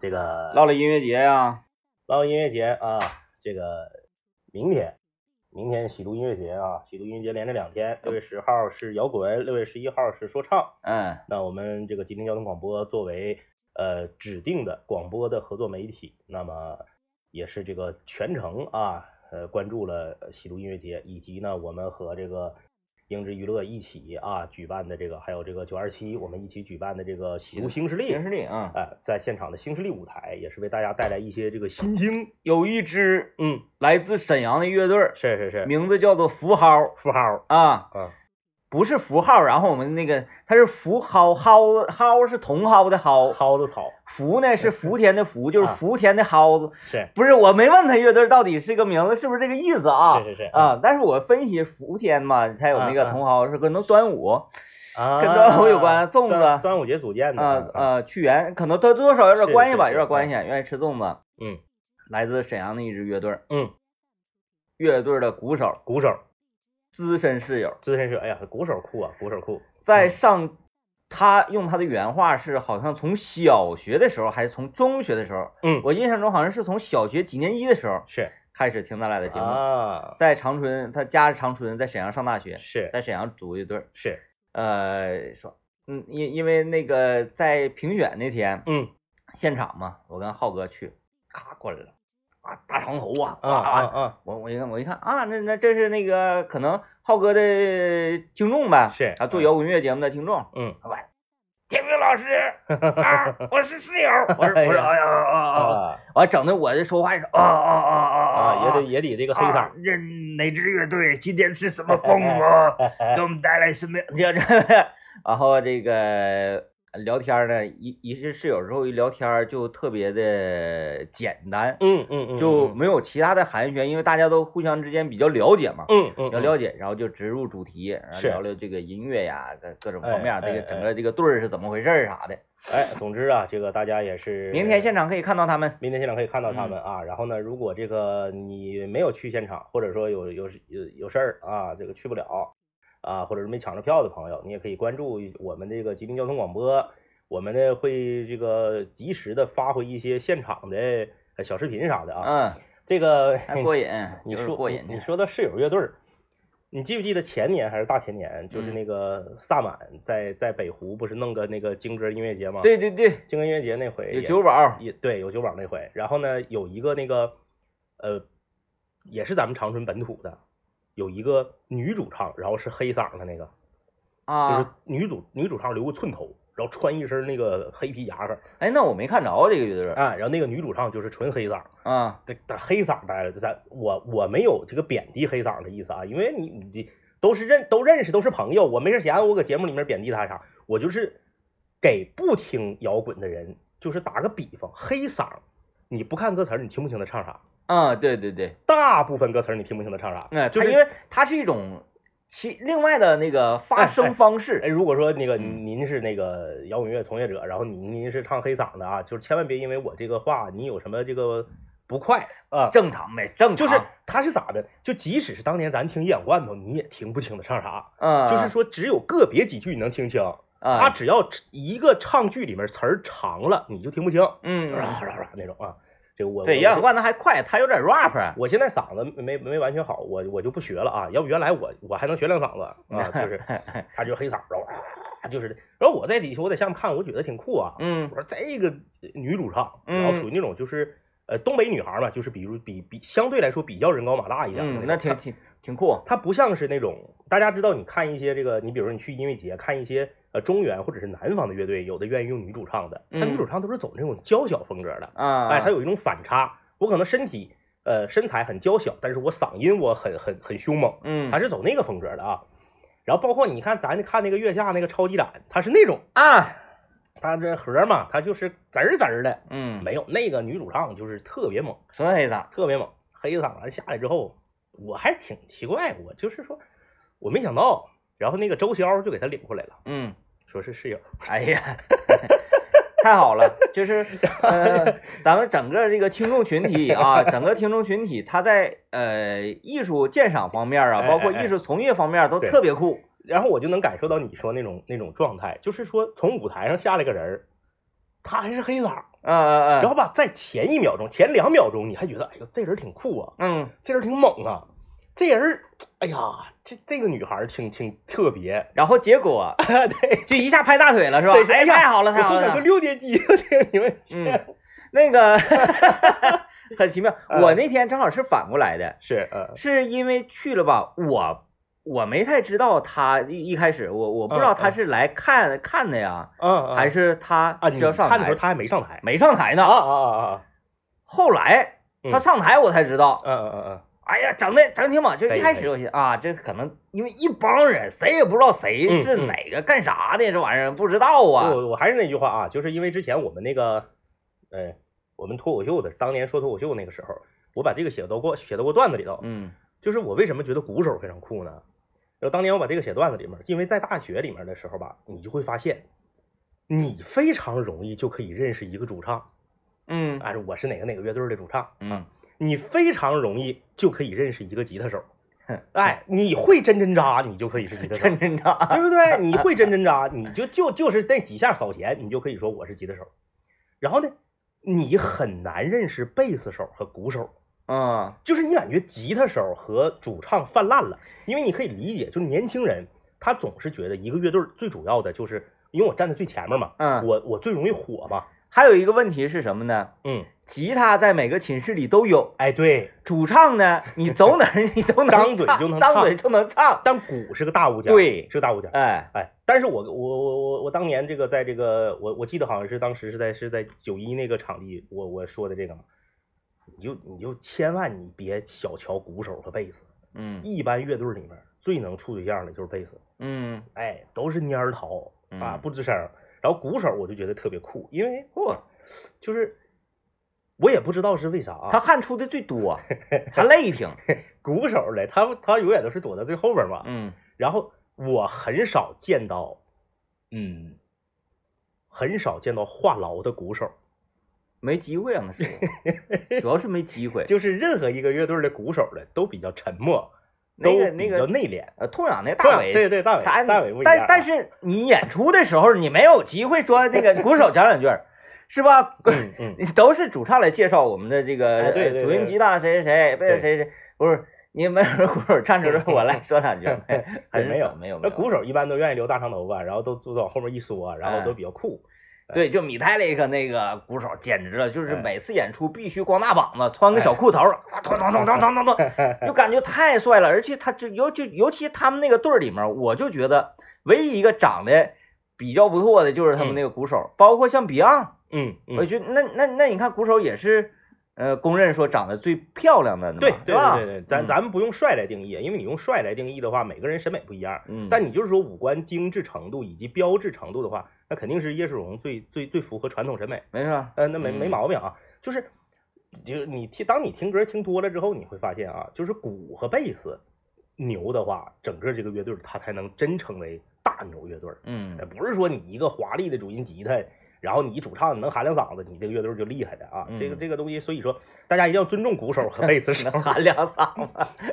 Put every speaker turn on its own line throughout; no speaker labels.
这个
唠唠音乐节呀、
唠音乐节啊，这个明天，明天喜都音乐节啊，喜都音乐节连着两天，六月十号是摇滚，六月十一号是说唱。
嗯，
那我们这个吉林交通广播作为呃指定的广播的合作媒体，那么也是这个全程啊，呃，关注了呃喜都音乐节，以及呢我们和这个英之娱乐一起啊举办的这个，还有这个九二七我们一起举办的这个喜都新势力
电。视力啊，
呃，在现场的新势力舞台也是为大家带来一些这个新星，
有一支
嗯，
来自沈阳的乐队儿，
是是是，
名字叫做符号
符号，
啊，
嗯，
不是符号，然后我们那个它是符蒿蒿蒿是茼蒿的蒿，
蒿子草
福呢是福田的 福，就是
嗯啊
福田的蒿子。
是
不是，我没问他乐队到底是个名字是不是这个意思啊？
是是是
啊，但是我分析福田嘛，才有那个
啊啊
茼蒿是可能端午
啊
跟端午有关粽子
端端午节组建的嗯
啊啊屈原，可能多多少有点
是
关系吧，
是
有
是
点关系，愿意吃粽子。
嗯，
来自沈阳的一支乐队，
嗯，
乐队的鼓手
鼓手
资深室友，
资深是，哎呀，鼓手酷啊，鼓手酷，
在
嗯
上，他用他的原话是，好像从小学的时候还是从中学的时候，
嗯
我印象中好像是从小学几年级的时候
是
开始听咱俩的节目。
啊，
在长春，他家是长春，在沈阳上大学，
是
在沈阳组乐队儿。
是，
呃，说，嗯，因因为那个在评选那天
嗯
现场嘛，我跟浩哥去，咔过来了，啊，大长头啊，
啊啊啊，
我我一看我一看啊，那那这是那个可能浩哥的听众呗，
是
啊，
嗯
做摇滚乐节目的听 众，
嗯，
啊喂，天明老师啊，我是室友，我说我说哎呀啊啊啊，
啊
完整的我这说话也是啊啊啊啊
啊，也得也得这个黑嗓，
啊。这哪支乐队？今天是什 么风啊？给我们带来什么样？ 这这，然后这个聊天呢，一一是室友之后一聊天就特别的简单，
嗯嗯嗯，
就
嗯
没有其他的寒暄，因为大家都互相之间比较了解嘛。
嗯嗯
比较了解，然后就直入主题，然后
是
聊聊这个音乐呀，各各种
哎
方面儿，这个
哎
整
哎
个这个队儿是怎么回事儿啥的。
哎，总之啊，这个大家也是
明天现场可以看到他们。
明天现场可以看到他们
嗯
啊。然后呢，如果这个你没有去现场，或者说有有有有事儿啊，这个去不了啊，或者是没抢着票的朋友，你也可以关注我们这个吉林交通广播，我们呢会这个及时的发回一些现场的呃小视频啥的啊。
嗯，
这个
还过瘾，
你
就是
说
过
你
瘾
你
的。
说到室友乐队儿，你记不记得前年还是大前年，就是那
嗯
个萨满在在北湖不是弄个那个京歌音乐节吗？，
对对对，
京歌音乐节那回
有
也
酒保，
也对，有酒保那回。然后呢，有一个那个，呃，也是咱们长春本土的，有一个女主唱，然后是黑嗓的那个，
啊，
就是女主女主唱留个寸头，然后穿一身那个黑皮夹克，
哎，那我没看着这个乐队儿
啊，然后那个女主唱就是纯黑嗓，
啊，
这这黑嗓待着，咱我我没有这个贬低黑嗓的意思啊，因为你你都是认都认识都是朋友，我没事闲，我搁节目里面贬低他啥，我就是给不听摇滚的人，就是打个比方，黑嗓，你不看歌词儿你听不清他唱啥，
嗯，对对对，
大部分歌词儿你听不清他唱啥，
那、
就是
它因为它是一种其另外的那个发声方式，
哎，如果说那个
嗯
您是那个摇滚乐从业者，然后您您是唱黑嗓的啊，就是千万别因为我这个话你有什么这个不快啊，
正常呗，正常，
就是他是咋的？就即使是当年咱听一眼罐头，你也听不清他唱啥。
嗯，
就是说，只有个别几句你能听清，
啊，
他只要一个唱句里面词儿长了，你就听不清，
嗯，
啦啦啦那种啊。这个我
对，
我
杨冠他还快，他有点 rap，啊
我现在嗓子没没完全好，我我就不学了啊。要不原来我我还能学两 嗓子啊，就是他就黑嗓，然后啊就是这，然后我在底下我在下面看，我觉得挺酷啊。
嗯
我说这个女主唱，
嗯
然后属于那种就是呃东北女孩嘛，就是比如比比相对来说比较人高马大一点的种，
嗯，那挺
她
挺挺酷，
它不像是那种大家知道，你看一些这个，你比如说你去音乐节看一些呃中原或者是南方的乐队，有的愿意用女主唱的，
嗯
但女主唱都是走那种娇小风格的，
啊，
哎，它有一种反差。我可能身体呃身材很娇小，但是我嗓音我很很很凶猛，
嗯
它是走那个风格的啊。然后包括你看咱看那个月下那个超级展，它是那种
啊，
它这盒嘛，它就是滋儿滋儿的，
嗯，
没有那个女主唱就是特别猛。
纯黑的，
特别猛。黑嗓子下来之后，我还挺奇怪，我就是说我没想到。然后那个周潇就给他领回来了，
嗯，
说是室友。
哎呀。 太好了，就是 呃，咱们整个这个听众群体啊，整个听众群体，他在呃艺术鉴赏方面啊，
哎
包括
哎哎
艺术从业方面都
对
特别酷。
然后我就能感受到你说那种那种状态，就是说从舞台上下来个人儿，他还是黑嗓，
嗯嗯
然后
嗯，
吧，在前一秒钟、前两秒钟，你还觉得，哎呦，这人挺酷啊，
嗯
这人挺猛啊，这人，哎呀，这这个女孩儿挺挺特别，
然后结果
对，
就一下拍大腿了是吧
对？是
哎，
哎呀
太好了，
我
太好
从
了！
小
太
就
好了
六年级就听你们
嗯，那个很奇妙，
嗯
我那天正好是反过来的，
是呃
是嗯因为去了吧，我我没太知道他一一开始，我我不知道他是来看、看的呀，
嗯
还
是
是他
啊，
是
你
要上
看的时
台
候他还没上台
没上台呢。
啊啊啊啊，
后来
嗯
他上台，我才知道，
嗯嗯嗯
哎呀，整的整挺猛。就
可
一
以
开
可
始我寻思啊，这可能因为一帮人，谁也不知道谁
嗯
是
嗯
哪个干啥的，这玩意儿不知道
嗯，
啊。
我我还是那句话啊，就是因为之前我们那个，呃，我们脱口秀的当年说脱口秀那个时候，我把这个写到过写到过段子里头，
嗯
就是我为什么觉得鼓手非常酷呢？就当年我把这个写段子里面，因为在大学里面的时候吧，你就会发现，你非常容易就可以认识一个主唱，
嗯
啊，我是哪个哪个乐队的主唱，
嗯，
你非常容易就可以认识一个吉他手，哎，你会真真扎，你就可以是吉他手，
真 真 的，
对不对？你会真真扎，你就就就是那几下扫弦，你就可以说我是吉他手。然后呢，你很难认识贝斯手和鼓手，
嗯
就是你感觉吉他手和主唱泛滥了，因为你可以理解，就是年轻人他总是觉得一个乐队最主要的就是因为我站在最前面 嘛，
嗯。
我我最容易火嘛，
还有一个问题是什么呢？
嗯，
吉他在每个寝室里都有，
哎对，
主 唱呢，你走哪儿你都能
张嘴
唱
就能
张
唱
嘴就能唱，
但鼓是个大物件，
对
是个大物件。
哎，
哎，但是我我我我我当年这个在这个我我记得好像是当时是在是在九一那个场地，我我说的这个嘛，你就你就千万你别小瞧鼓手和贝斯，
嗯
一般乐队里面最能处对象的就是贝斯，
嗯，
哎，都是蔫儿桃啊，
嗯
不吱声儿。然后鼓手我就觉得特别酷，因为嚯，就是我也不知道是为啥啊，
他汗出的最 多，他累挺，
鼓手嘞，他他永远都是躲在最后边嘛，
嗯
然后我很少见到，
嗯，
很少见到话痨的鼓手，
没机会啊让他 说，主要是没机会。
就是任何一个乐队的鼓手嘞，都比较沉默，
那
都比
个那个
较内敛。
呃，痛痒那
对
大
啊
伟，
对对大伟，
他
大伟不一样
但
啊
但是你演出的时候，你没有机会说那个鼓手讲两句儿，是吧？
嗯 嗯，
你都是主唱来介绍我们的这个
哎对
呃
对
主
对
音吉他谁谁谁，贝斯谁谁，不是你们有人鼓手站 出来，我来说两句，
还
很
没
少
有
没有没
那
有
鼓手一般都愿意留大长头发，然后都都往后面一缩，然后
哎
都比较酷。
对，就米泰雷克那个鼓手简直了，就是
哎
每次演出必须光大膀子，穿个小裤头儿，啊咚咚咚咚咚 咚咚，就感觉太帅了。而且他就尤就尤其他们那个队儿里面，我就觉得唯一一个长得比较不错的就是他们那个鼓手，包括像 Beyond，
嗯嗯，
我觉得那那那你看鼓手也是，呃，公认说长得最漂亮的嘛，
对对
对吧
对对，咱
嗯
咱们不用帅来定义，因为你用帅来定义的话，每个人审美不一样。
嗯，
但你就是说五官精致程度以及标志程度的话，那肯定是叶世荣最最最符合传统审美。
没错，
呃，那没没
嗯
毛病啊，就是就是你听，当你听歌听多了之后，你会发现啊，就是鼓和贝斯牛的话，整个这个乐队儿它才能真成为大牛乐队儿。
嗯
呃，不是说你一个华丽的主音吉他，然后你一主唱你能喊两嗓子，你这个乐队儿就厉害的啊。这个
嗯
这个东西，所以说大家一定要尊重鼓手和贝斯手，
能喊两嗓子。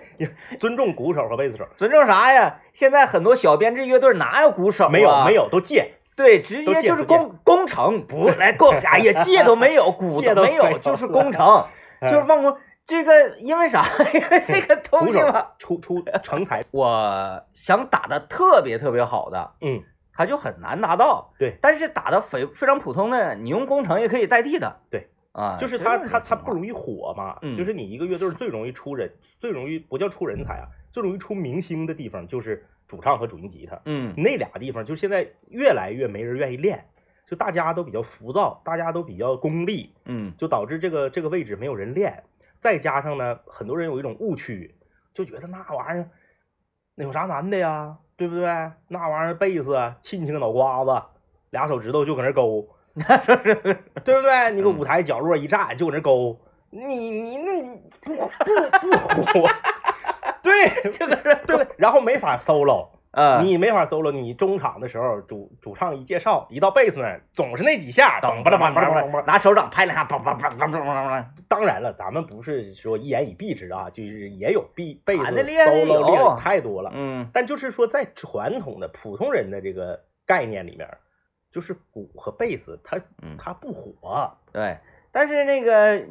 尊重鼓手和贝斯手。
尊重啥呀？现在很多小编制乐队哪有鼓手啊？
没有没有，都借，
对，直
都
接
借
就是
都借
工工程，不来工，哎呀，借都没有，鼓
借
都
都
没
没
有，
有
就是工程，就是
呃
忘工。这个因为啥？因为这个东
鼓
西
手
吧，
出出成才。
我想打的特别特别好的，
嗯，
它就很难达到。
对
但是打的非非常普通的，你用工程也可以代替的。
对，
啊，
就是
这
他
种
他他
情
不
况
容易火嘛，
嗯
就是你一个乐队最容易出人，最容易不叫出人才啊，最容易出明星的地方就是主唱和主音吉他
嗯
那俩地方，就现在越来越没人愿意练，就大家都比较浮躁，大家都比较功利，
嗯
就导致这个这个位置没有人练。再加上呢，很多人有一种误区，就觉得那玩意儿那有啥难的呀，对不对？那玩意儿贝斯亲亲个脑瓜子，俩手指头就搁那儿 勾，对不对？你个
嗯
舞台角落一站就搁那儿勾，你你那你不不不火， 对
这个是
对，嗯然后没法 solo，
啊，
你没法 solo，你中场的时候主主唱一介绍，一到贝斯那儿总是那几下，
等
等不
不
了
了吧，
吧，
等不
吧
了，拿手掌拍两下，梆梆梆梆梆梆
当然了，咱们不是说一言以蔽之啊，就是也有必贝斯
俺的练的
solo
有
练太多
梆，
了，
嗯
但就是说在传统的普通人的这个概念里面，就是鼓和贝斯，它
嗯
它不火，
对。但是那个呃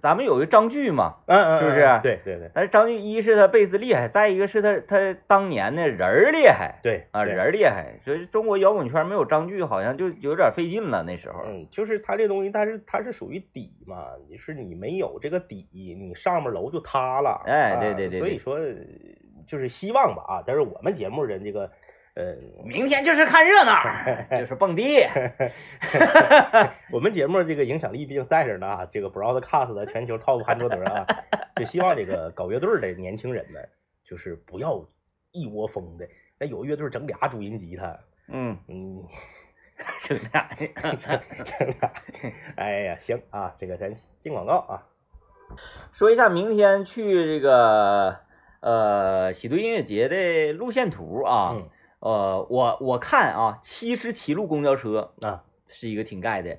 咱们有一张炬嘛，
嗯嗯，
是不
嗯
是
嗯对对对
但是张炬一是他贝斯厉害，再一个是他他当年的人儿厉害
对
啊，
对
人儿厉害，所以中国摇滚圈没有张炬好像就有点费劲了那时候。
嗯，就是它这东西，它是它是属于底嘛，你是你没有这个底，你上面楼就塌了。
哎
啊
对对对
所
对
以说呃就是希望吧啊，但是我们节目人这个，呃，
明天就是 看热闹，就是蹦迪。
我们节目这个影响力毕竟在这儿呢啊，这个 broadcast 的全球 top 潘多德啊，就希望这个搞乐队的年轻人们，就是不要一窝蜂的，那有乐队整俩主音吉他，
嗯，
嗯，
整俩的。
整俩，哎呀，行啊，这个咱进广告啊，
说一下明天去这个呃喜多音乐节的路线图啊。
嗯
呃，我我看啊，七十七路公交车
啊，
是一个挺盖的，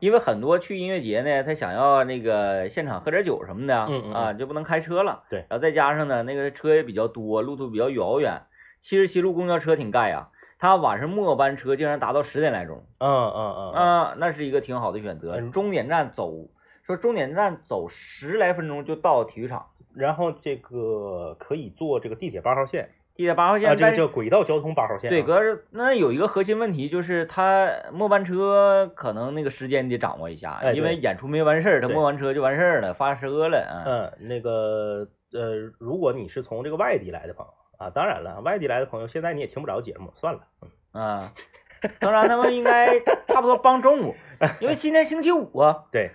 因为很多去音乐节呢，他想要那个现场喝点酒什么的，
嗯嗯
啊就不能开车了。
对
然后再加上呢，那个车也比较多，路途比较遥远，七十七路公交车挺盖呀、它晚上末班车竟然达到十点来钟，
嗯嗯嗯
啊、那是一个挺好的选择。
嗯
终点站走，说终点站走十来分钟就到体育场，
然后这个可以坐这个地铁八号线
地铁八号线。
啊，这
但
个
是
叫轨道交通八号线啊。
对，可是那有一个核心问题就是，他末班车可能那个时间你得掌握一下，
哎
因为
对
演出没完事儿，他
对
末班车就完事儿了，发车了啊。
嗯，那个呃，如果你是从这个外地来的朋友啊，当然了，外地来的朋友现在你也听不着节目，算了。
啊， 当然他们应该差不多帮 中午，因为今天星期五啊，
对，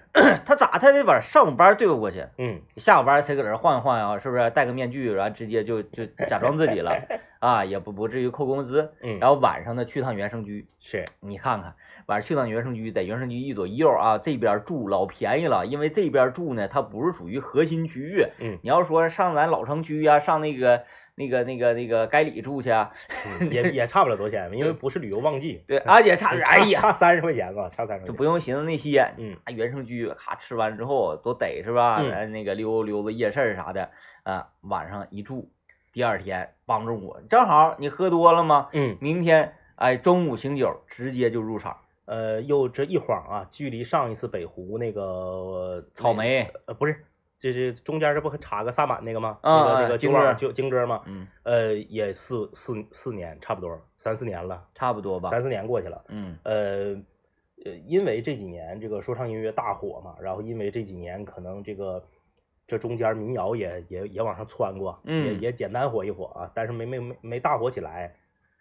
他咋他得把上午班对付过去，
嗯，
下午班才搁这儿晃一晃呀、是不是？戴个面具，然后直接就就假装自 己了啊，也不不至于扣工资。
嗯
然后晚上呢去趟原生居，
是，
你看看晚上去趟原生居，在原生居一左一右啊，这边住老便宜了，因为这边住呢，它不是属于核心区域。
嗯
你要说上咱老城区呀、上那个那个那个那个该里住去啊，
嗯也 也差不了多少钱，因为不是旅游旺季。
对，而且差
就
哎呀，
差三十块钱吧，差三十
就
块
不
钱。
用寻思那些，
嗯，
啊，原生居咔吃完之后多逮是吧？
嗯
咱那个溜溜达夜市儿啥的，啊，晚上一住，第二天帮着我，正好你喝多了吗？
嗯，
明天哎，中午醒酒直接就入场，
呃，又这一晃啊，距离上一次北湖那个
草，莓，
那呃，不是，这这中间这不还插个萨满那个吗？
啊
那个
啊
那个
京
酒
哥
网就京哥吗？
嗯，
呃，也四四四年差不多，三四年了，
差不多吧，
三四年过去了。
嗯
呃，呃，因为这几年这个说唱音乐大火嘛，然后因为这几年可能这个这中间民谣也也也往上窜过，也
嗯
也简单火一火啊，但是没没没没大火起来，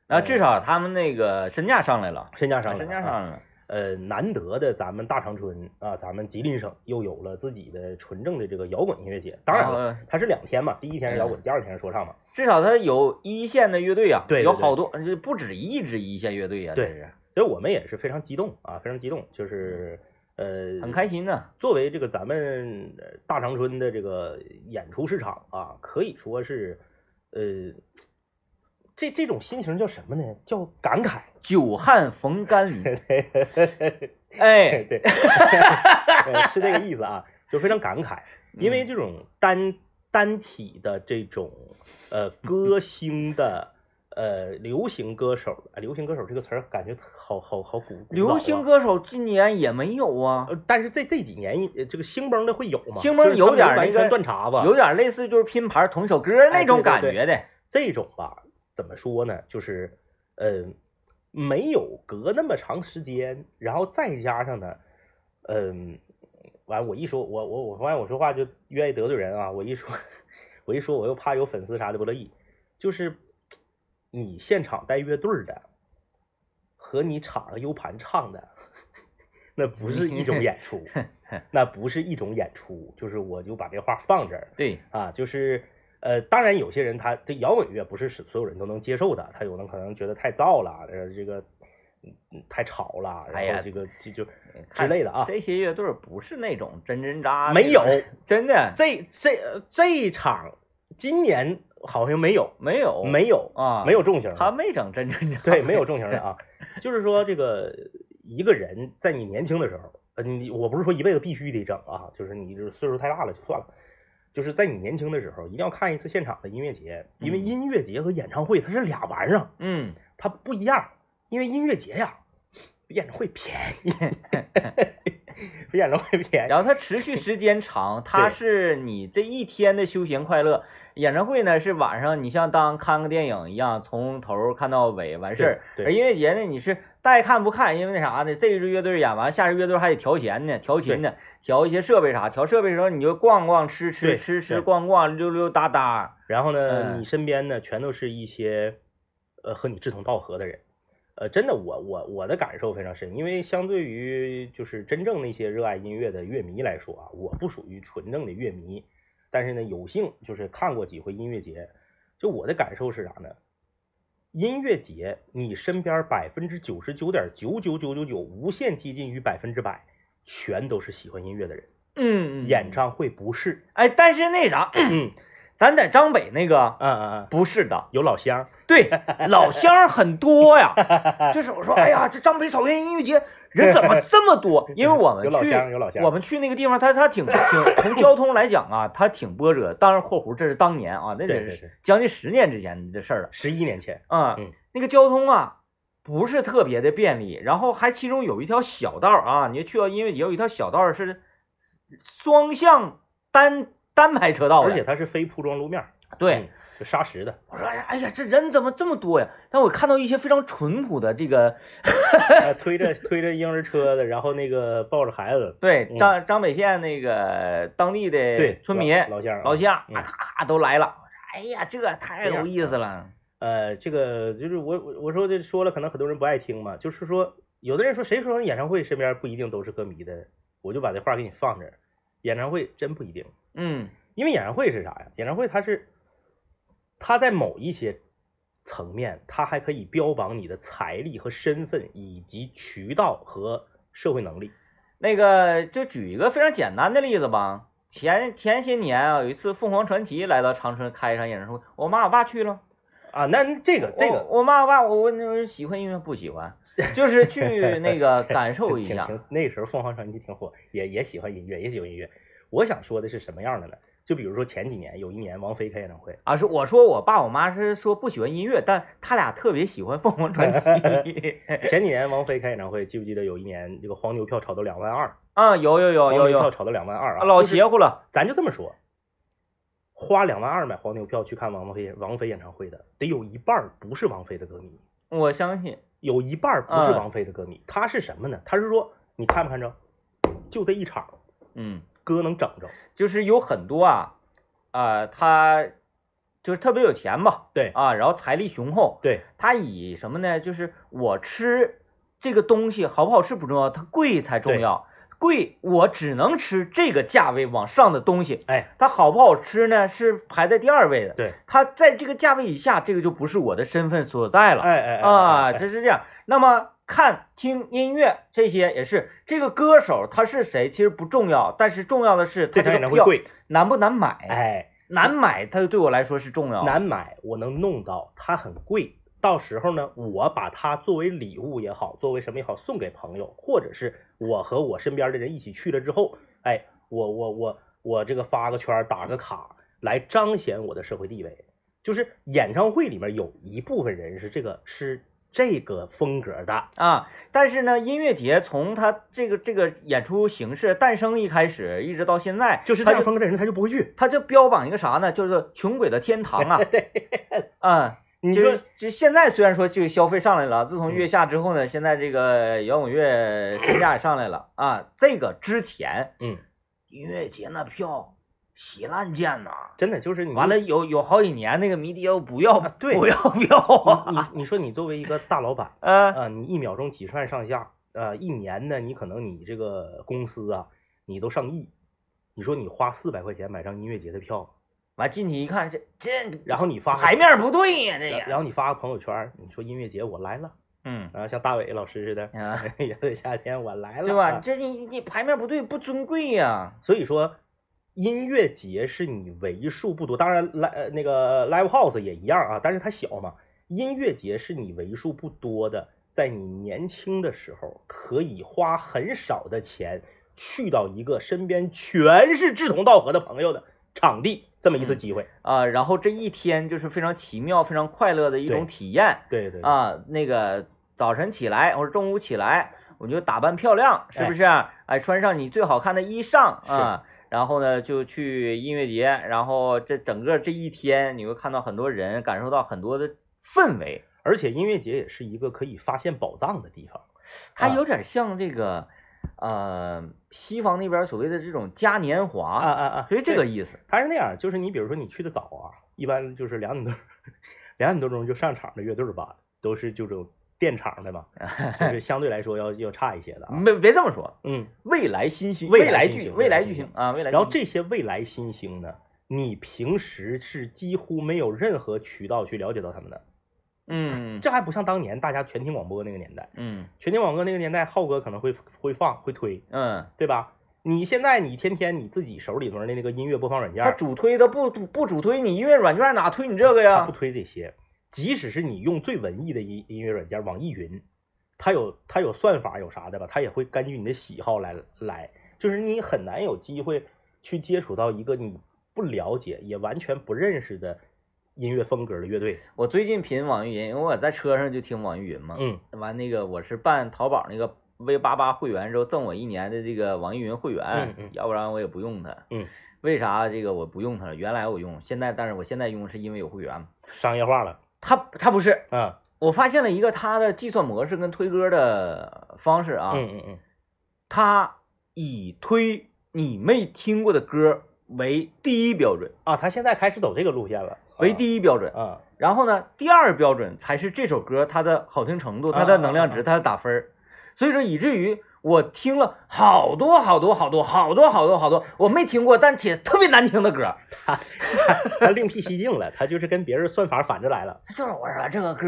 啊，至少他们那个身价上来了，
哦身价上来
啊身
了
价
啊
上来了，
呃，难得的咱们大长春啊，咱们吉林省又有了自己的纯正的这个摇滚音乐节。当然了
后，嗯
它是两天嘛，第一天是摇滚，第二天是说唱嘛。
至少他有一线的乐队啊，
对对
有
对
好多，这不止一支一线乐队啊，
对
这是
所以我们也是非常激动啊，非常激动，就是呃，
嗯很开心呢，
作为这个咱们呃大长春的这个演出市场啊，可以说是呃，这这种心情叫什么呢？叫感慨。
久旱逢甘霖， 哎。
对， 呃是这个意思啊，就非常感慨，因
嗯
为这种单单体的这种呃歌星的呃流行歌手，啊流行歌手这个词儿感觉好好好古，古早
流
啊
行，歌手今年也没有啊，
呃但是这这几年呃这个兴崩的会有吗？
兴崩
就是他
有点
没
儿那
完
个
全断茬子，
有点类似就是拼盘捅小歌
哎
那种感觉的。
这种吧，怎么说呢？就是，呃，没有隔那么长时间，然后再加上呢，嗯、完我一说，我我我发现我说话就愿意得罪人啊，我一说，我一说我又怕有粉丝啥的不乐意，就是你现场带乐队儿的，和你插个 U 盘唱的。 那不是一种演出，那不是一种演出，就是我就把这话放这儿，
对，
啊，就是呃，当然有些人他对摇滚乐不是是所有人都能接受的，他有的可能觉得太燥了，呃，这个嗯嗯太吵了，然
哎呀呃
后这个就就之
看
类的啊，
这些乐队不是那种真真扎扎，
没有
真的
这这这场今年好像没有
没有
没有
啊，
没有，重型的，
他没整真真扎 扎。
对没有重型的啊，就是说这个一个人在你年轻的时候，呃，你我不是说一辈子必须得整啊，就是你就是岁数太大了就算了。就是在你年轻的时候，一定要看一次现场的音乐节，因为
嗯
音乐节和演唱会它是俩玩意儿。
嗯，
它不一样，因为音乐节呀，演唱会便宜，比演唱会便宜。
然后它持续时间 长，它是你这一天的休闲快乐。演唱会呢是晚上，你像当看个电影一样，从头看到尾完事儿。
对对
而音乐节呢，你是带看不看，因为那啥呢，这支乐队演完，下支乐队还得调弦呢，调琴呢，调一些设备啥。调设备的时候你就逛逛，吃
对
吃吃
对
吃，逛逛溜溜达达。
然后呢，
嗯
你身边呢全都是一些呃和你志同道合的人。呃，真的，我我我的感受非常深，因为相对于就是真正那些热爱音乐的乐迷来说啊，我不属于纯正的乐迷，但是呢，有幸就是看过几回音乐节，就我的感受是啥呢？音乐节，你身边百分之九十九点九九九九九，无限接近于百分之百，全都是喜欢音乐的人。
嗯，嗯
演。唱会不是，
哎，但是那啥，
嗯
咱在张北那个
啊啊啊，
不是的，
有老乡，
对，老乡儿很多呀。就是我说，哎呀，这张北草原音乐节人怎么这么多？因为我们
有老
去
乡，有老乡，
我们去那个地方，它它挺挺从交通来讲啊，它挺波折。当然（括弧）这是当年啊，
对
那
对
得
对
是将近十年之前的事儿了
十一年前，
啊、
嗯
那个交通啊，不是特别的便利。然后还其中有一条小道啊，你去到音乐节有一条小道是双向单单排车道的，
而且它是非铺装路面儿，
对。
嗯，就砂石 的，
我说，哎呀，这人怎么这么多呀？但我看到一些非常淳朴的这个，
呃推着推着婴儿车的，然后那个抱着孩子，
对
嗯
张张北县那个当地的
对，
村民
老老乡啊，
老乡啊，
嗯
咔咔都来了。哎呀，这太有意思了。
呃，这个就是我我我说这说了，可能很多人不爱听嘛，就是说，有的人说谁说演唱会身边不一定都是歌迷的，我就把这话给你放这儿，演唱会真不一定，
嗯
因为演唱会是啥呀？演唱会它是，它在某一些层面，它还可以标榜你的财力和身份，以及渠道和社会能力。
那个就举一个非常简单的例子吧。前前些年啊，有一次凤凰传奇来到长春开一场演唱会，我妈我爸去了。
啊，那那这个这个
我我妈我爸我问我喜欢音乐不喜欢，就是 去那个感受一
挺
下。
挺那时候凤凰传奇挺火，也也喜欢音乐，也喜欢音乐。我想说的是什么样的呢？就比如说前几年有一年王菲开演唱会，
啊，是我说我爸我妈是说不喜欢音乐，但他俩特别喜欢凤凰 传奇。
前几年王菲开演唱会，记不记得有一年这个黄牛票炒到两万二，
啊，有有有
黄
有
牛票
有，
炒到两万二啊，
老
就是
邪乎了。
咱就这么说，花两万二买黄牛票去看王菲王菲演唱会的，得有一半儿不是王菲的歌迷，
我相信，
有一半儿不是
嗯
王菲的歌迷。他是什么呢？他是说你看没看着，就这一场
嗯，
歌能整着，
就是有很多啊，啊、他就是特别有钱吧，
对
啊，然后财力雄厚，
对
他以什么呢？就是我吃这个东西好不好吃不重要，它贵才重
对
要。贵，我只能吃这个价位往上的东西，
哎
它好不好吃呢？是排在第二位的。
对，
它在这个价位以下，这个就不是我的身份所在了。
哎哎哎
啊，
哎
这是这样。那么看、听音乐这些也是，这个歌手他是谁其实不重要，但是重要的是
这
他
场
这
演
个
唱会
票
贵，
难不难买，
哎。哦
难买它对我来说是重要的。
难买，我能弄到，它很贵。到时候呢，我把它作为礼物也好，作为什么也好，送给朋友，或者是我和我身边的人一起去了之后，哎，我我我我这个发个圈儿打个卡，来彰显我的社会地位。就是演唱会里面有一部分人是这个是这个风格的，
啊，但是呢，音乐节从它这个这个演出形式诞生一开始，一直到现在，
就是这
它
样风格的人他就不会去。，
它就标榜一个啥呢？就是穷鬼的天堂啊
对，
嗯，
你
就
说嗯
是就现在虽然说这个消费上来了，自从月下之后呢，现在这个摇滚乐身价也上来了啊。这个之前
嗯，
音乐节那票稀烂贱呐，
真的就是你
完了有有好几年那个迷笛要不要
啊对
不要票
你
啊，
你你说你作为一个大老板，
呃
啊，你一秒钟几十万上下，呃，一年呢，你可能你这个公司啊，你都上亿，你说你花四百块钱买张音乐节的票，
完进去一看这这
然后你发个
牌面不对呀、这
然
也
然后你发个朋友圈儿，你说音乐节我来了，
嗯
啊，像大伟老师似的，
啊，
也得夏天我来了，
对吧？
啊
你这你你牌面不对不尊贵呀、
所以说，音乐节是你为数不多，当然来呃那个 live house 也一样啊，但是它小嘛。音乐节是你为数不多的，在你年轻的时候可以花很少的钱去到一个身边全是志同道合的朋友的场地，这么一次机会。
啊。然后这一天就是非常奇妙、非常快乐的一
对
种体验。
对对对，
啊，那个早晨起来或者中午起来，我就打扮漂亮，是不是、哎，穿上你最好看的衣裳啊，然后呢就去音乐节，然后这整个这一天你会看到很多人，感受到很多的氛围，
而且音乐节也是一个可以发现宝藏的地方。
它
啊
有点像这个，呃，西方那边所谓的这种嘉年华，
啊啊啊！
所以这个意思。
它是那样，就是你比如说你去的早啊，一般就是两点多，两点多钟就上场的乐队吧，都是就这种电场的嘛，就是相对来说要要差一些的啊。
没别这么说，
嗯，
未来新星，
未来
来
新
巨
星
未
未来
来
新
巨星
星
啊，未来巨星。
然后这些未来新星呢，你平时是几乎没有任何渠道去了解到他们的，
嗯
这还不像当年大家全听广播那个年代，
嗯
全听广播那个年代，浩哥可能会会放会推，
嗯，
对吧？你现在你天天你自己手里头的那个音乐播放软件
他
儿，
主推他不不主推你音乐软件，哪推你这个
它
呀
不？推这些。即使是你用最文艺的音音乐软件网易云，它有它有算法有啥的吧，它也会根据你的喜好来来，就是你很难有机会去接触到一个你不了解也完全不认识的音乐风格的乐队。
我最近频网易云，因为我在车上就听网易云嘛。
嗯
完那个我是办淘宝那个 V 八八会员之后赠我一年的这个网易云会员，
嗯嗯
要不然我也不用它。
嗯，
为啥这个我不用它了？原来我用，现在但是我现在用是因为有会员。
商业化了，
它它不是，
啊，
我发现了一个它的计算模式跟推歌的方式啊，
嗯嗯嗯，
它以推你没听过的歌为第一标准，
啊，他现在开始走这个路线了，
为
啊
第一标准。
啊，
然后呢，第二标准才是这首歌它的好听程度、它的能量值、它的打分儿。所以说，以至于我听了好多好多好多好多好多好多我没听过但且特别难听的歌，
他另辟蹊径了，他就是跟别人算法反着来了。
就是我说这个歌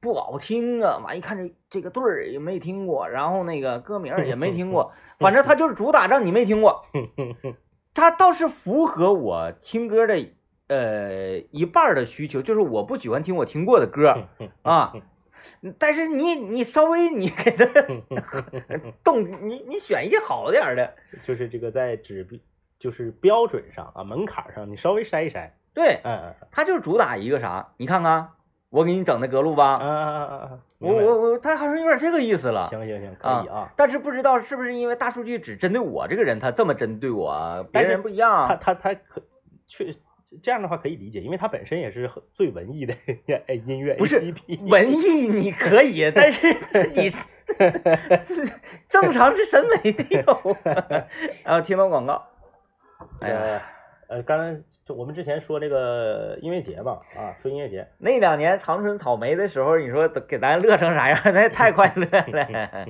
不好听啊，完一看这这个对儿也没听过，然后那个歌名儿也没听过，反正它就是主打让你没听过。
哼哼哼
它倒是符合我听歌的呃一半儿的需求，就是我不喜欢听我听过的歌。
哼哼
啊
嗯，
但是你你稍微你 给他动，你你选一好点儿的，
就是这个在指标，就是标准上啊，门槛上你稍微筛一筛，
对，
嗯嗯
他就是主打一个啥？你看看，我给你整的格路
嗯
吧，
嗯嗯嗯，
我我我，他好像有点这个意思了。
行行行，可以啊。
但是不知道是不是因为大数据只针对我这个人，他这么针对我，别
但是
人不一样
他
啊。
他他可确这样的话可以理解，因为他本身也是很最文艺的音乐 APP，
不是文艺你可以，但是 你正常是审美得有 啊。然后听到广告，哎呀，
呃呃，刚才就我们之前说这个音乐节嘛，啊，说音乐节，
那两年长春草莓的时候，你说给咱乐成啥样？ 那太快乐 了。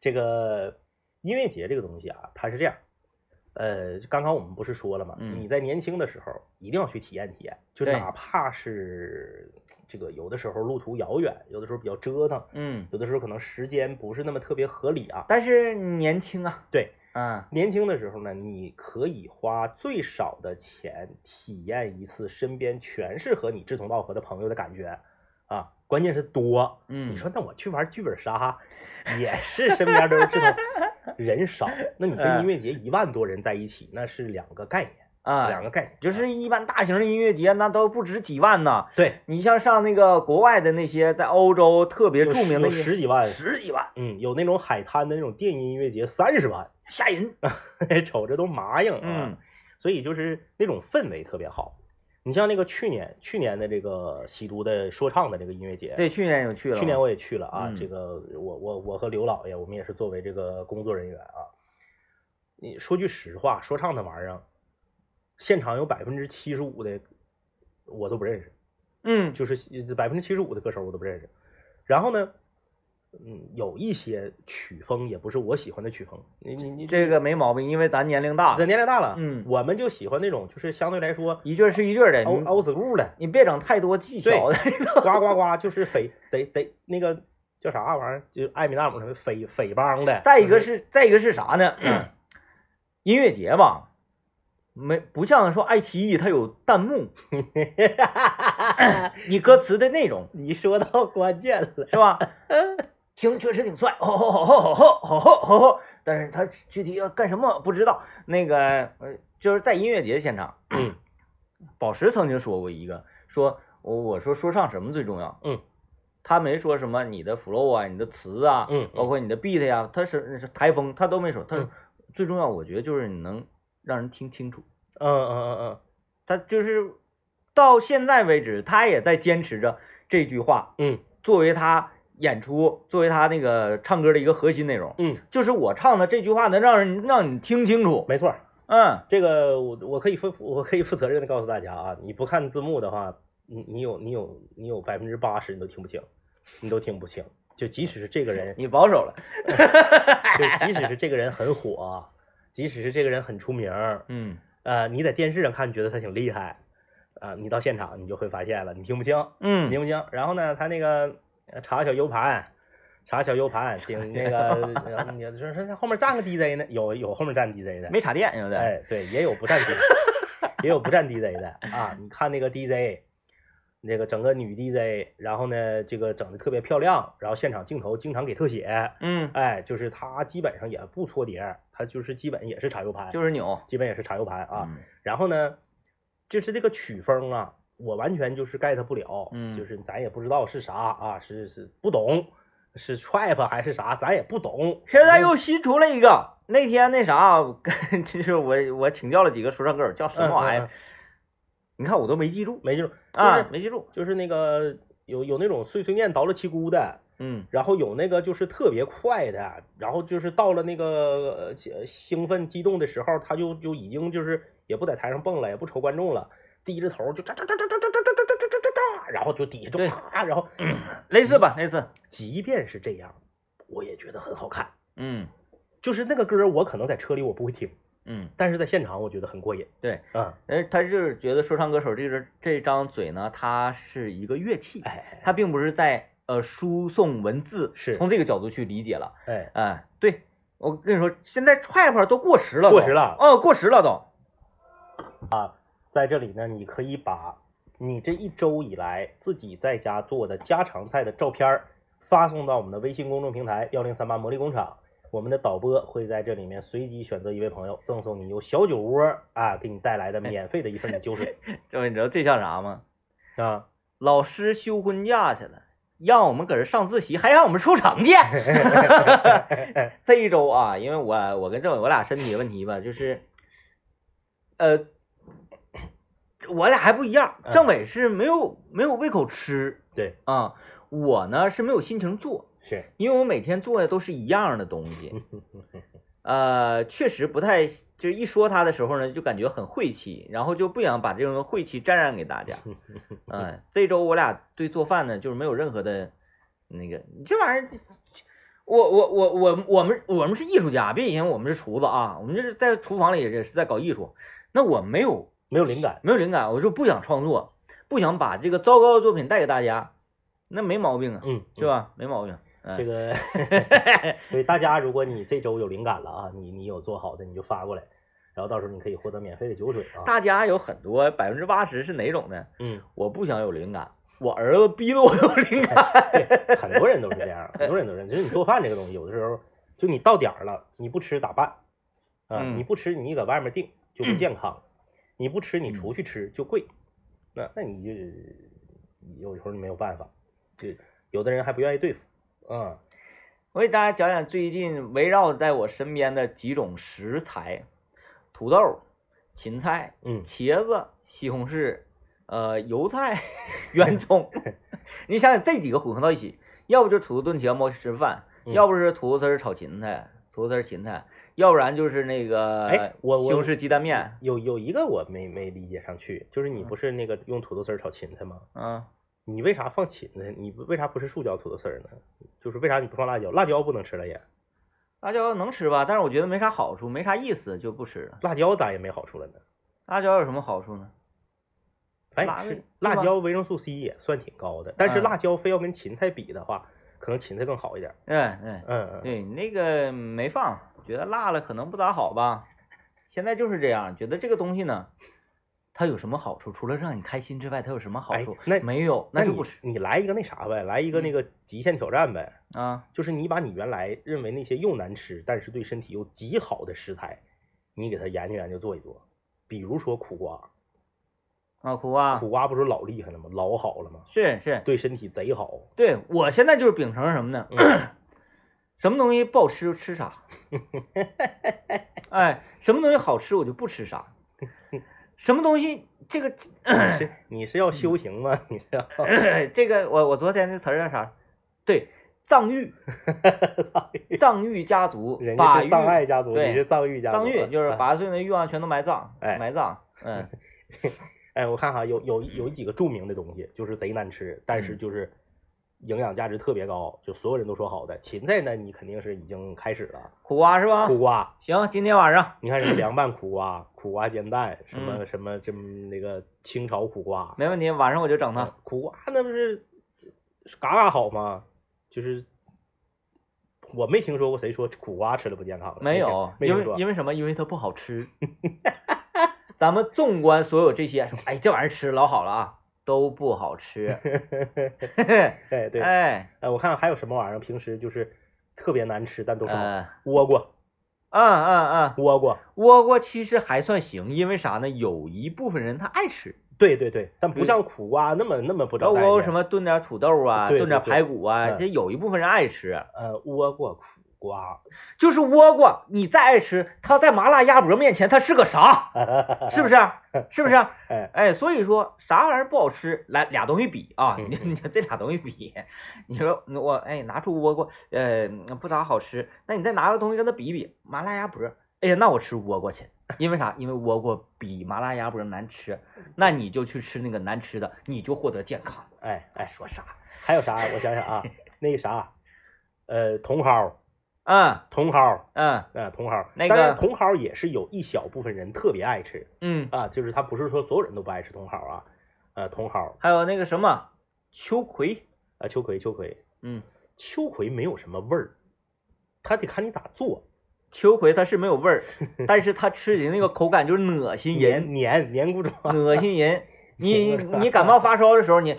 这个音乐节这个东西啊，它是这样，呃，刚刚我们不是说了嘛，
嗯
你在年轻的时候一定要去体验体验，就
对
哪怕是这个有的时候路途遥远，有的时候比较折腾，
嗯，
有的时候可能时间不是那么特别合理啊。
但是年轻啊，
对，
嗯，
年轻的时候呢，你可以花最少的钱体验一次身边全是和你志同道合的朋友的感觉啊，关键是多。
嗯
你说那我去玩剧本杀，也是身边都是这种 人少，那你跟音乐节一万多人在一起，那是两个概念，两
嗯啊，
个概念，
就是一般大型的音乐节那都不值几万呢。
对，
你像上那个国外的那些在欧洲特别
有
著名的
有
音
十几万，
十几万
嗯，有那种海滩的那种电音音乐节三十万，
吓人。
哎瞅着都麻痒啊。
嗯
所以就是那种氛围特别好。你像那个去年去年的这个喜都的说唱的这个音乐节，
对，去年有去了嘛，
去年我也去了啊。
嗯
这个我我我和刘老爷，我们也是作为这个工作人员啊。你说句实话，说唱那玩意儿，现场有百分之七十五的我都不认识，
嗯
就是百分之七十五的歌手我都不认识。然后呢，嗯，有一些曲风也不是我喜欢的曲风，你你你
这个没毛病，因为咱年龄大
咱，年龄大了，
嗯
我们就喜欢那种就是相对来说
一句儿是一句儿的，
凹
你
凹死路的，
你别整太多技巧的。
呱呱呱，就是匪贼贼那个叫啥玩意儿，就是艾米纳姆什么匪匪帮的。
再一个，
就是嗯
再一个是啥呢？ 音乐节吧，没不像说爱奇艺它有 弹幕，你歌词的内容
你说到关键了，
是吧？听确实挺帅，吼吼吼吼吼吼吼吼吼，但是他具体要干什么不知道。那个呃，就是在音乐节现场，
嗯
宝石曾经说过一个，说我我说说唱什么最重要？
嗯，
他没说什么你的 flow 啊、你的词啊，
嗯
包括你的 beat 呀、他是是台风，他都没说。他
嗯
最重要，我觉得就是你能让人听清楚。
嗯嗯嗯
他就是到现在为止，他也在坚持着这句话，
嗯
作为他演出，作为他那个唱歌的一个核心内容。
嗯嗯，
就是我唱的这句话能让人让你听清楚。
没错儿，
嗯，
这个我我可以负我可以负责任的告诉大家啊，你不看字幕的话，你你有你有你有百分之八十你都听不清，你都听不清。就即使是这个人，
你保守了。
就即使是这个人很火，即使是这个人很出名儿，
嗯，
呃，你在电视上看你觉得他挺厉害，啊、你到现场你就会发现了，你听不清，你听
嗯，
不清。然后呢，他那个呃查小 U 盘，查小 U 盘，顶那个，呃你说说他后面站个 DJ 呢？有有后面站 DJ 的，
没插电，有的。
哎，对，也有不站 DJ，也有不站 DJ 的啊。你看那个 DJ，那个整个女 DJ，然后呢，这个整的特别漂亮，然后现场镜头经常给特写，
嗯，
哎，就是他基本上也不搓碟，他就是基本也是查 U 盘，
就是哦扭
基本也是查 U 盘啊。，然后呢，就是这个曲风啊，我完全就是 get 不了，
嗯
就是咱也不知道是啥啊，是是不懂，是 trap 还是啥，咱也不懂。嗯
现在又新出了一个。那天那啥，跟 就是我我请教了几个说唱歌手，叫什么玩意
嗯嗯
儿？你看我都没记住
没记住，
啊，
就是
没记住。
就是那个有有那种碎碎念倒了七姑的，
嗯
然后有那个就是特别快的，然后就是到了那个呃兴奋激动的时候，他就就已经就是也不在台上蹦了，也不愁观众了，低着头就喳喳喳喳喳喳喳喳喳喳喳，然后就底下就
对嗯
啪，然后。
类似吧，类似。
即便是这样，我也觉得很好看。
嗯
就是那个歌，我可能在车里我不会听，
嗯，
但是在现场我觉得很过瘾。
对，
啊、
而他就是觉得说唱歌手这个这张嘴呢，它是一个乐器，
哎
它并不是在呃输送文字，
是
从这个角度去理解了。
哎，
哎、对我跟你说，现在踹踹都过时了都，
过时了
哦，过时了都。
在这里呢，你可以把你这一周以来自己在家做的家常菜的照片儿发送到我们的微信公众平台幺零三八魔力工厂。我们的导播会在这里面随机选择一位朋友，赠送你由小酒窝啊给你带来的
哎
免费的一份酒 水
这你知道这像啥吗？
啊。
老师休婚假去了，让我们搁这上自习，还让我们出成绩。这一周啊，因为我我跟政委我俩身体问题吧，就是，呃，我俩还不一样，
嗯
政委是没有没有胃口吃
对，
啊、我呢是没有心情做，
是，
因为我每天做的都是一样的东西，呃，确实不太，就是一说他的时候呢，就感觉很晦气，然后就不想把这种晦气沾染给大家。嗯、这周我俩对做饭呢，就是没有任何的那个，这玩意儿，我我我我我们我们是艺术家，别以为我们是厨子啊，我们这是在厨房里也是在搞艺术。那我没有
没有灵感，
没有灵感，我就不想创作，不想把这个糟糕的作品带给大家，那没毛病啊，
嗯，
对吧？没毛病。嗯、
这个，所以大家，如果你这周有灵感了啊，你你有做好的，你就发过来，然后到时候你可以获得免费的酒水啊。
大家有很多百分之八十是哪种呢？
嗯，
我不想有灵感，我儿子逼得我有灵感。
对，很多人都是这样，很多人都是，就是你做饭这个东西，有的时候就你到点儿了，你不吃咋办？啊，
嗯
你不吃你搁外面订就不健康，你不吃你出去吃就贵，那那你就有时候你没有办法，对，有的人还不愿意对付，嗯
我给大家讲讲最近围绕在我身边的几种食材：土豆、芹菜、
嗯，
茄子、西红柿、呃油菜、 圆 葱。你想想这几个混合到一起，要不就是土豆炖茄馍吃饭，
嗯
要不是土豆丝儿炒芹菜，土豆丝儿芹菜，要不然就是那个
哎我我
呃西红柿鸡蛋面，
有有一个我没没理解上去，就是你不是那个用土豆丝儿炒芹菜吗？
嗯，
你为啥放芹菜？你为啥不是塑胶土豆丝儿呢？就是为啥你不放辣椒？辣椒不能吃了也，
辣椒能吃吧，但是我觉得没啥好处，没啥意思，就不吃了。
辣椒咋也没好处了呢？
辣椒有什么好处呢？
哎，
辣味
是
是
辣
吧
椒维生素 C 也算挺高的，但是
嗯
辣椒非要跟芹菜比的话，可能芹菜更好一点。
嗯嗯，
嗯嗯，
对，那个没放，觉得辣了可能不咋好吧。现在就是这样，觉得这个东西呢，它有什么好处？除了让你开心之外，它有什么好
哎
处？
那
没有，
那
就
你
不吃嗯
你来一个那啥呗，来一个那个极限挑战呗，
啊。
就是你把你原来认为那些又难吃，但是对身体又极好的食材，你给它研究研究做一做，比如说苦瓜，
啊，苦瓜
苦瓜不是老厉害了吗？老好了吗？
是是，
对身体贼好。
对我现在就是秉承什么呢？
嗯
什么东西不好吃就 吃啥，哎，什么东西好吃我就不吃啥，什么东西这个
你 是你是要
嗯
修行吗？ 你是要
这个我我昨天那词儿叫啥？对，藏 玉藏玉家族
人家
把玉
是藏爱家族，
对
你是藏玉家族。
藏玉就是
啊
八岁那欲望全都埋葬，
哎
埋葬，嗯，
哎，我看哈，有有有几个著名的东西，就是贼难吃，但是
嗯
就是营养价值特别高，就所有人都说好的。芹菜呢，你肯定是已经开始了，
苦瓜是吧
苦？瓜，
行，今天晚上
你看什么凉拌苦瓜、苦瓜煎蛋，什么
嗯
什么什么那个清炒苦瓜，
没问啊题，晚上我就整它
呃。苦瓜那不是嘎嘎好吗？就是我没听说过谁说苦瓜吃了不健康的，
没
听
有，
没
因
听
为
说。
因为什么？因为它不好 吃。咱们纵观所有这些，说哎这玩意儿吃老好了啊，都不好 吃。
哎，对，
哎，
哎，我看还有什么玩意儿，平时就是特别难吃，但都是好
呃，
倭瓜，
嗯嗯嗯，
倭瓜，
倭瓜其实还算行，因为啥呢？有一部分人他爱吃，
对对对，但不
对
像苦瓜那么那么不
然
招
后
待
倭瓜
见。
嗯什么炖点土豆啊，
对
炖点
对对
排骨啊，
嗯
这有一部分人爱吃。
呃，倭瓜、苦瓜，
就是倭瓜，你再爱吃，它在麻辣鸭脖面前它是个 啥？是不
是？
是？啊是不是？
哎，
哎，所以说啥玩意儿不好吃，来俩东西比啊，
嗯
你你这俩东西比，你说我哎拿出倭瓜，呃不咋好吃，那你再拿个东西跟它比比，麻辣鸭脖，哎呀那我吃倭瓜去，因为啥？因为倭瓜比麻辣鸭脖难吃，那你就去吃那个难吃的，你就获得健康。
哎
哎，
哎，
说啥？
还有啥？我想想啊，那个啥，呃，茼蒿，
嗯
茼蒿。
嗯
啊，茼蒿，
那
当然
个
茼蒿也是有一小部分人特别爱吃
嗯，
啊，就是他不是说所有人都不爱吃茼蒿啊，呃，茼蒿，
还有那个什么秋葵，
啊，秋葵，秋葵，
嗯，
秋葵没有什么味儿，它得看你咋做，
秋葵它是没有 味儿，但是它吃起那个口感就是恶心人。
黏黏黏 糊状，
恶心人。你你感冒发烧的时候， 你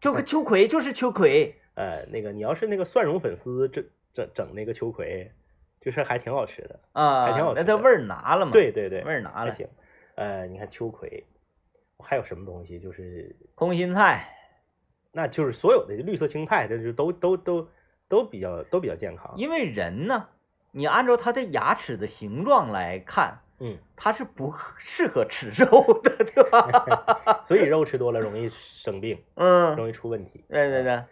就个秋葵就是秋葵，
呃，那个你要是那个蒜蓉粉丝整整整那个秋葵，就是还挺好吃的。
啊
还挺好，吃
那
的
它味儿拿了嘛？
对对对，
味儿拿
还
了。
行。呃，你看秋葵，还有什么东西？就是
空心菜，
那就是所有的绿色青菜，这就都都都都比较都比较健康。
因为人呢，你按照他的牙齿的形状来看，
嗯，
他是不适合吃肉的，对 吧？
所以肉吃多了容易生病，
嗯，
容易出问题。
对对对，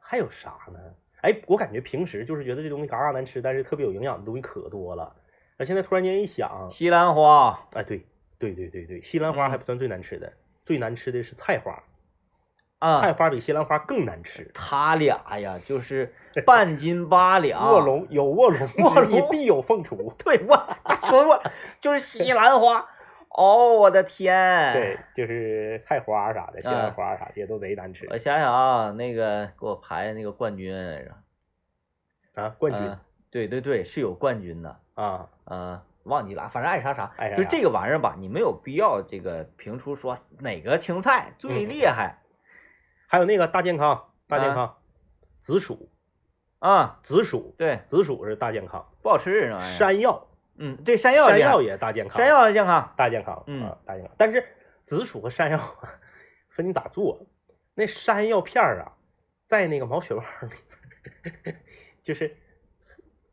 还有啥呢？哎，我感觉平时就是觉得这东西嘎嘎难吃，但是特别有营养的东西可多了。那现在突然间一想，
西兰花，
哎，对对对对对，西兰花还不算最难吃的，最难吃的是菜花。菜
啊，
花比西兰花更难吃。
他俩呀，就是半斤八 两，
卧龙有卧龙之
啊卧
意
龙，
必有凤雏。
对 我说过，就是西兰花。哦，我的天！
对，就是菜花啥的，西
嗯
兰花啥的也都贼难吃
我想想啊，那个给我排那个冠军来着，
啊。冠军
呃对对对，是有冠军的，
啊，
呃，忘记了，反正爱啥啥，
爱啥
就
啥
这个玩意儿吧，你没有必要这个评出说哪个青菜最
嗯
厉害
还有那个大健康，大
嗯
健康，紫薯，嗯
啊、
紫薯，
对，
紫薯是大健康，
不好吃这玩意儿。
山药，
嗯，对，哎山药
山
健康
药也大健康，
山药健康，
大健康，
嗯
啊，大健康。但是紫薯和山药 分你咋做，那山药片儿啊，在那个毛血旺里边儿， 就是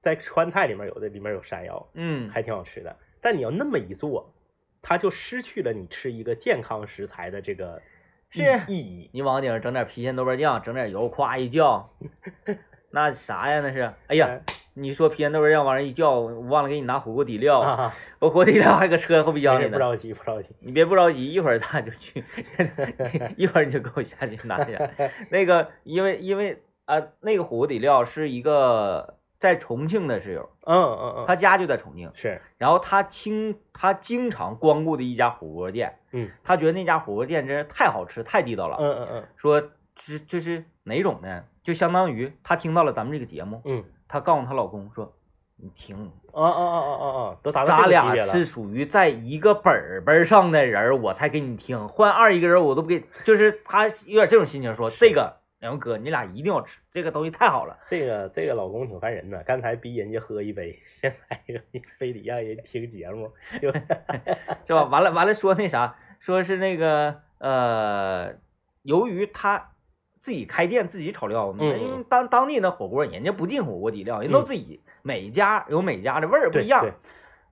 在川菜里面有的里面有山药，
嗯，
还挺好吃的。但你要那么一做，它就失去了你吃一个健康食材的这个意
是啊
意义。
你往顶上整点郫县豆瓣酱，整点油，夸 一叫，那啥呀？那是，哎呀，你说郫县豆瓣酱往上一叫，我忘了给你拿火锅底料，
啊，
我火锅底料还搁车后备箱
没
里
事不着
呢。
急，不 着急。
哦你别不着急，一会儿他就 去，一会儿你就给我下去拿去。那个，因为因为啊、呃那个火锅底料是一个在重庆的室友，
嗯嗯嗯，
他家就在重庆，
是，
然后他经他经常光顾的一家火锅店，
嗯
他觉得那家火锅店真是太好吃，太地
嗯
道了。
嗯嗯
说这这是哪种呢？就相当于他听到了咱们这个节目，
嗯，
她告诉她老公说：“你听，
啊啊啊啊啊啊，都达到
咱
这个级
俩
别了。
是属于在一个本儿本上的人儿，我才给你听。换二一个人，我都不给。就是他有点这种心情说，这个两位哥，你俩一定要吃这个东西，太好了。
这个这个老公挺烦人的，刚才逼人家喝一杯，现在你非得让人听节目，对吧？
是吧？完了完了，说那啥，说是那个呃，由于他自己开店自己炒料，因
嗯
为当当地那火锅人家不进火锅底料，人都自己每家有每家的味儿不一样
对，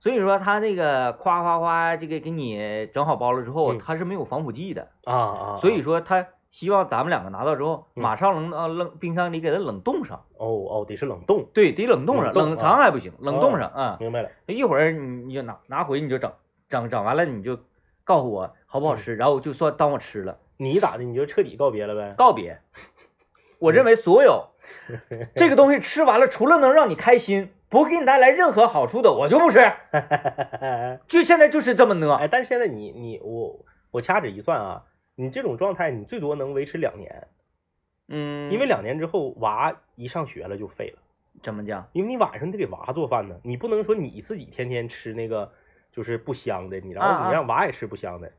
所以说他那个夸夸夸这个给你整好包了之后，
嗯
他是没有防腐剂的，
啊啊，
所以
啊
说他希望咱们两个拿到之后，
嗯
马上能到冷冰箱里给它冷冻上，
哦哦，得是冷冻，
对，得冷冻
冷
上，
冻
冷藏还不行，冷冻
哦
上啊。
明白了，
一会儿你你就拿拿回你就整整整完了你就告诉我好不好
嗯
吃，然后就算当我吃了
你咋的？你就彻底告别了呗？
告别。我认为所有
嗯
这个东西吃完了，除了能让你开心，不给你带来任何好处的，我就不吃。就现在就是这么呢。
哎，但是现在你你我我掐指一算啊，你这种状态你最多能维持两年，
嗯，
因为两年之后娃一上学了就废了，
怎么讲？
因为你晚上得给娃做饭呢，你不能说你自己天天吃那个就是不香的，你然
啊
后
啊
你让娃也吃不香的，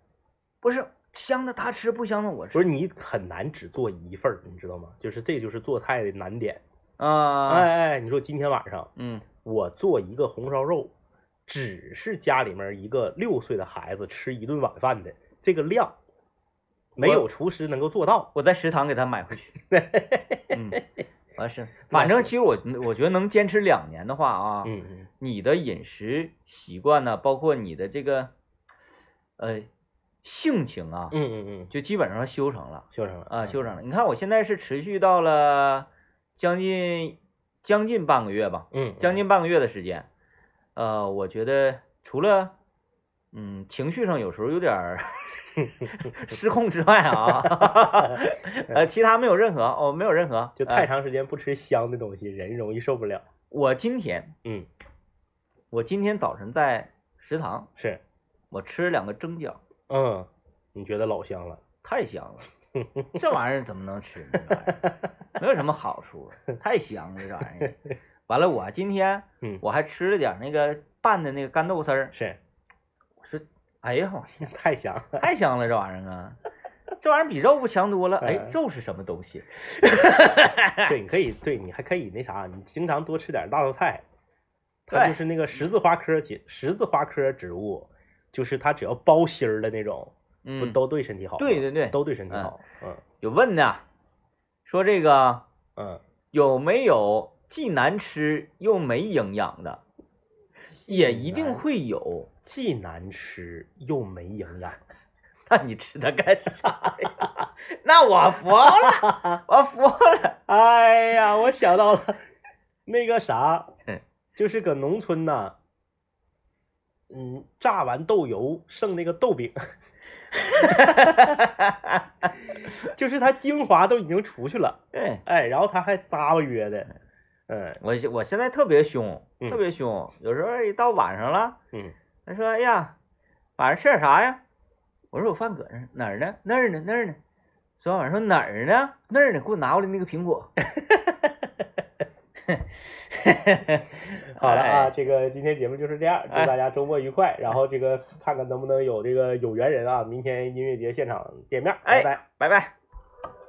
不是香的他吃，不香的我吃。
不是你很难只做一份儿，你知道吗？就是这就是做菜的难点。
啊，
哎哎，你说今天晚上
嗯
我做一个红烧肉，只是家里面一个六岁的孩子吃一顿晚饭的这个量，没
我
有厨师能够做到。
我在食堂给他买回去。 嗯， 完事，反正其实我我觉得能坚持两年的话啊，
嗯嗯
你的饮食习惯呢，包括你的这个呃性情啊，
嗯嗯嗯，
就基本上修成了
修成了
啊，修
成。
成了。你看我现在是持续到了将近将近半个月吧，
嗯，
将近半个月的时间，呃，我觉得除了嗯情绪上有时候有点 儿失控之外啊， 呃，其他没有任何哦，没有任何，
就
呃
太长时间不吃香的东西，人容易受不了。
我今天
嗯，
我今天早晨在食堂，
是，
我吃了两个蒸饺，
嗯，你觉得老香了？
太香了。 这玩意儿怎么能吃呢？这玩意儿没有什么好处，太香了这玩意儿。 完了，我今天
嗯，
我还吃了点儿那个拌的那个干豆丝儿，
是，
我说，哎呀，我
太香了。
太香了，这玩意儿啊，这玩意儿比肉不强多了。哎
嗯，
肉是什么东西？
对，你可以，对你还可以那啥，你经常多吃点大头菜，它
对
就是那个十字花科植十字花科植物，就是它只要包心儿的那种，不
嗯，
都对身体好吗？
对对对
都对身体
嗯
好。嗯
有问的，说这个
嗯，
有没有既难吃又没营养的？也一定会有，
既难吃又没营养。
那你吃它干啥呀？那我服了，我服了。
哎呀，我想到了 那个啥
嗯，
就是搁农村呐，嗯，榨完豆油剩那个豆 饼，就是它精华都已经除去了，
对，
哎，然后它还咂巴约的，嗯
我现我现在特别凶，
嗯
特别凶。有时候一到晚上了，
嗯
他说：“哎呀，晚上吃点啥呀？”我说：“我饭搁那儿哪儿呢？那儿呢？那儿呢？”昨天晚上说哪儿呢？那儿呢？给我拿过来那个苹果。
好了啊，
哎，
这个今天节目就是这样，祝大家周末愉快，然后这个看看能不能有这个有缘人啊，明天音乐节现场见面，拜拜。
哎，拜拜。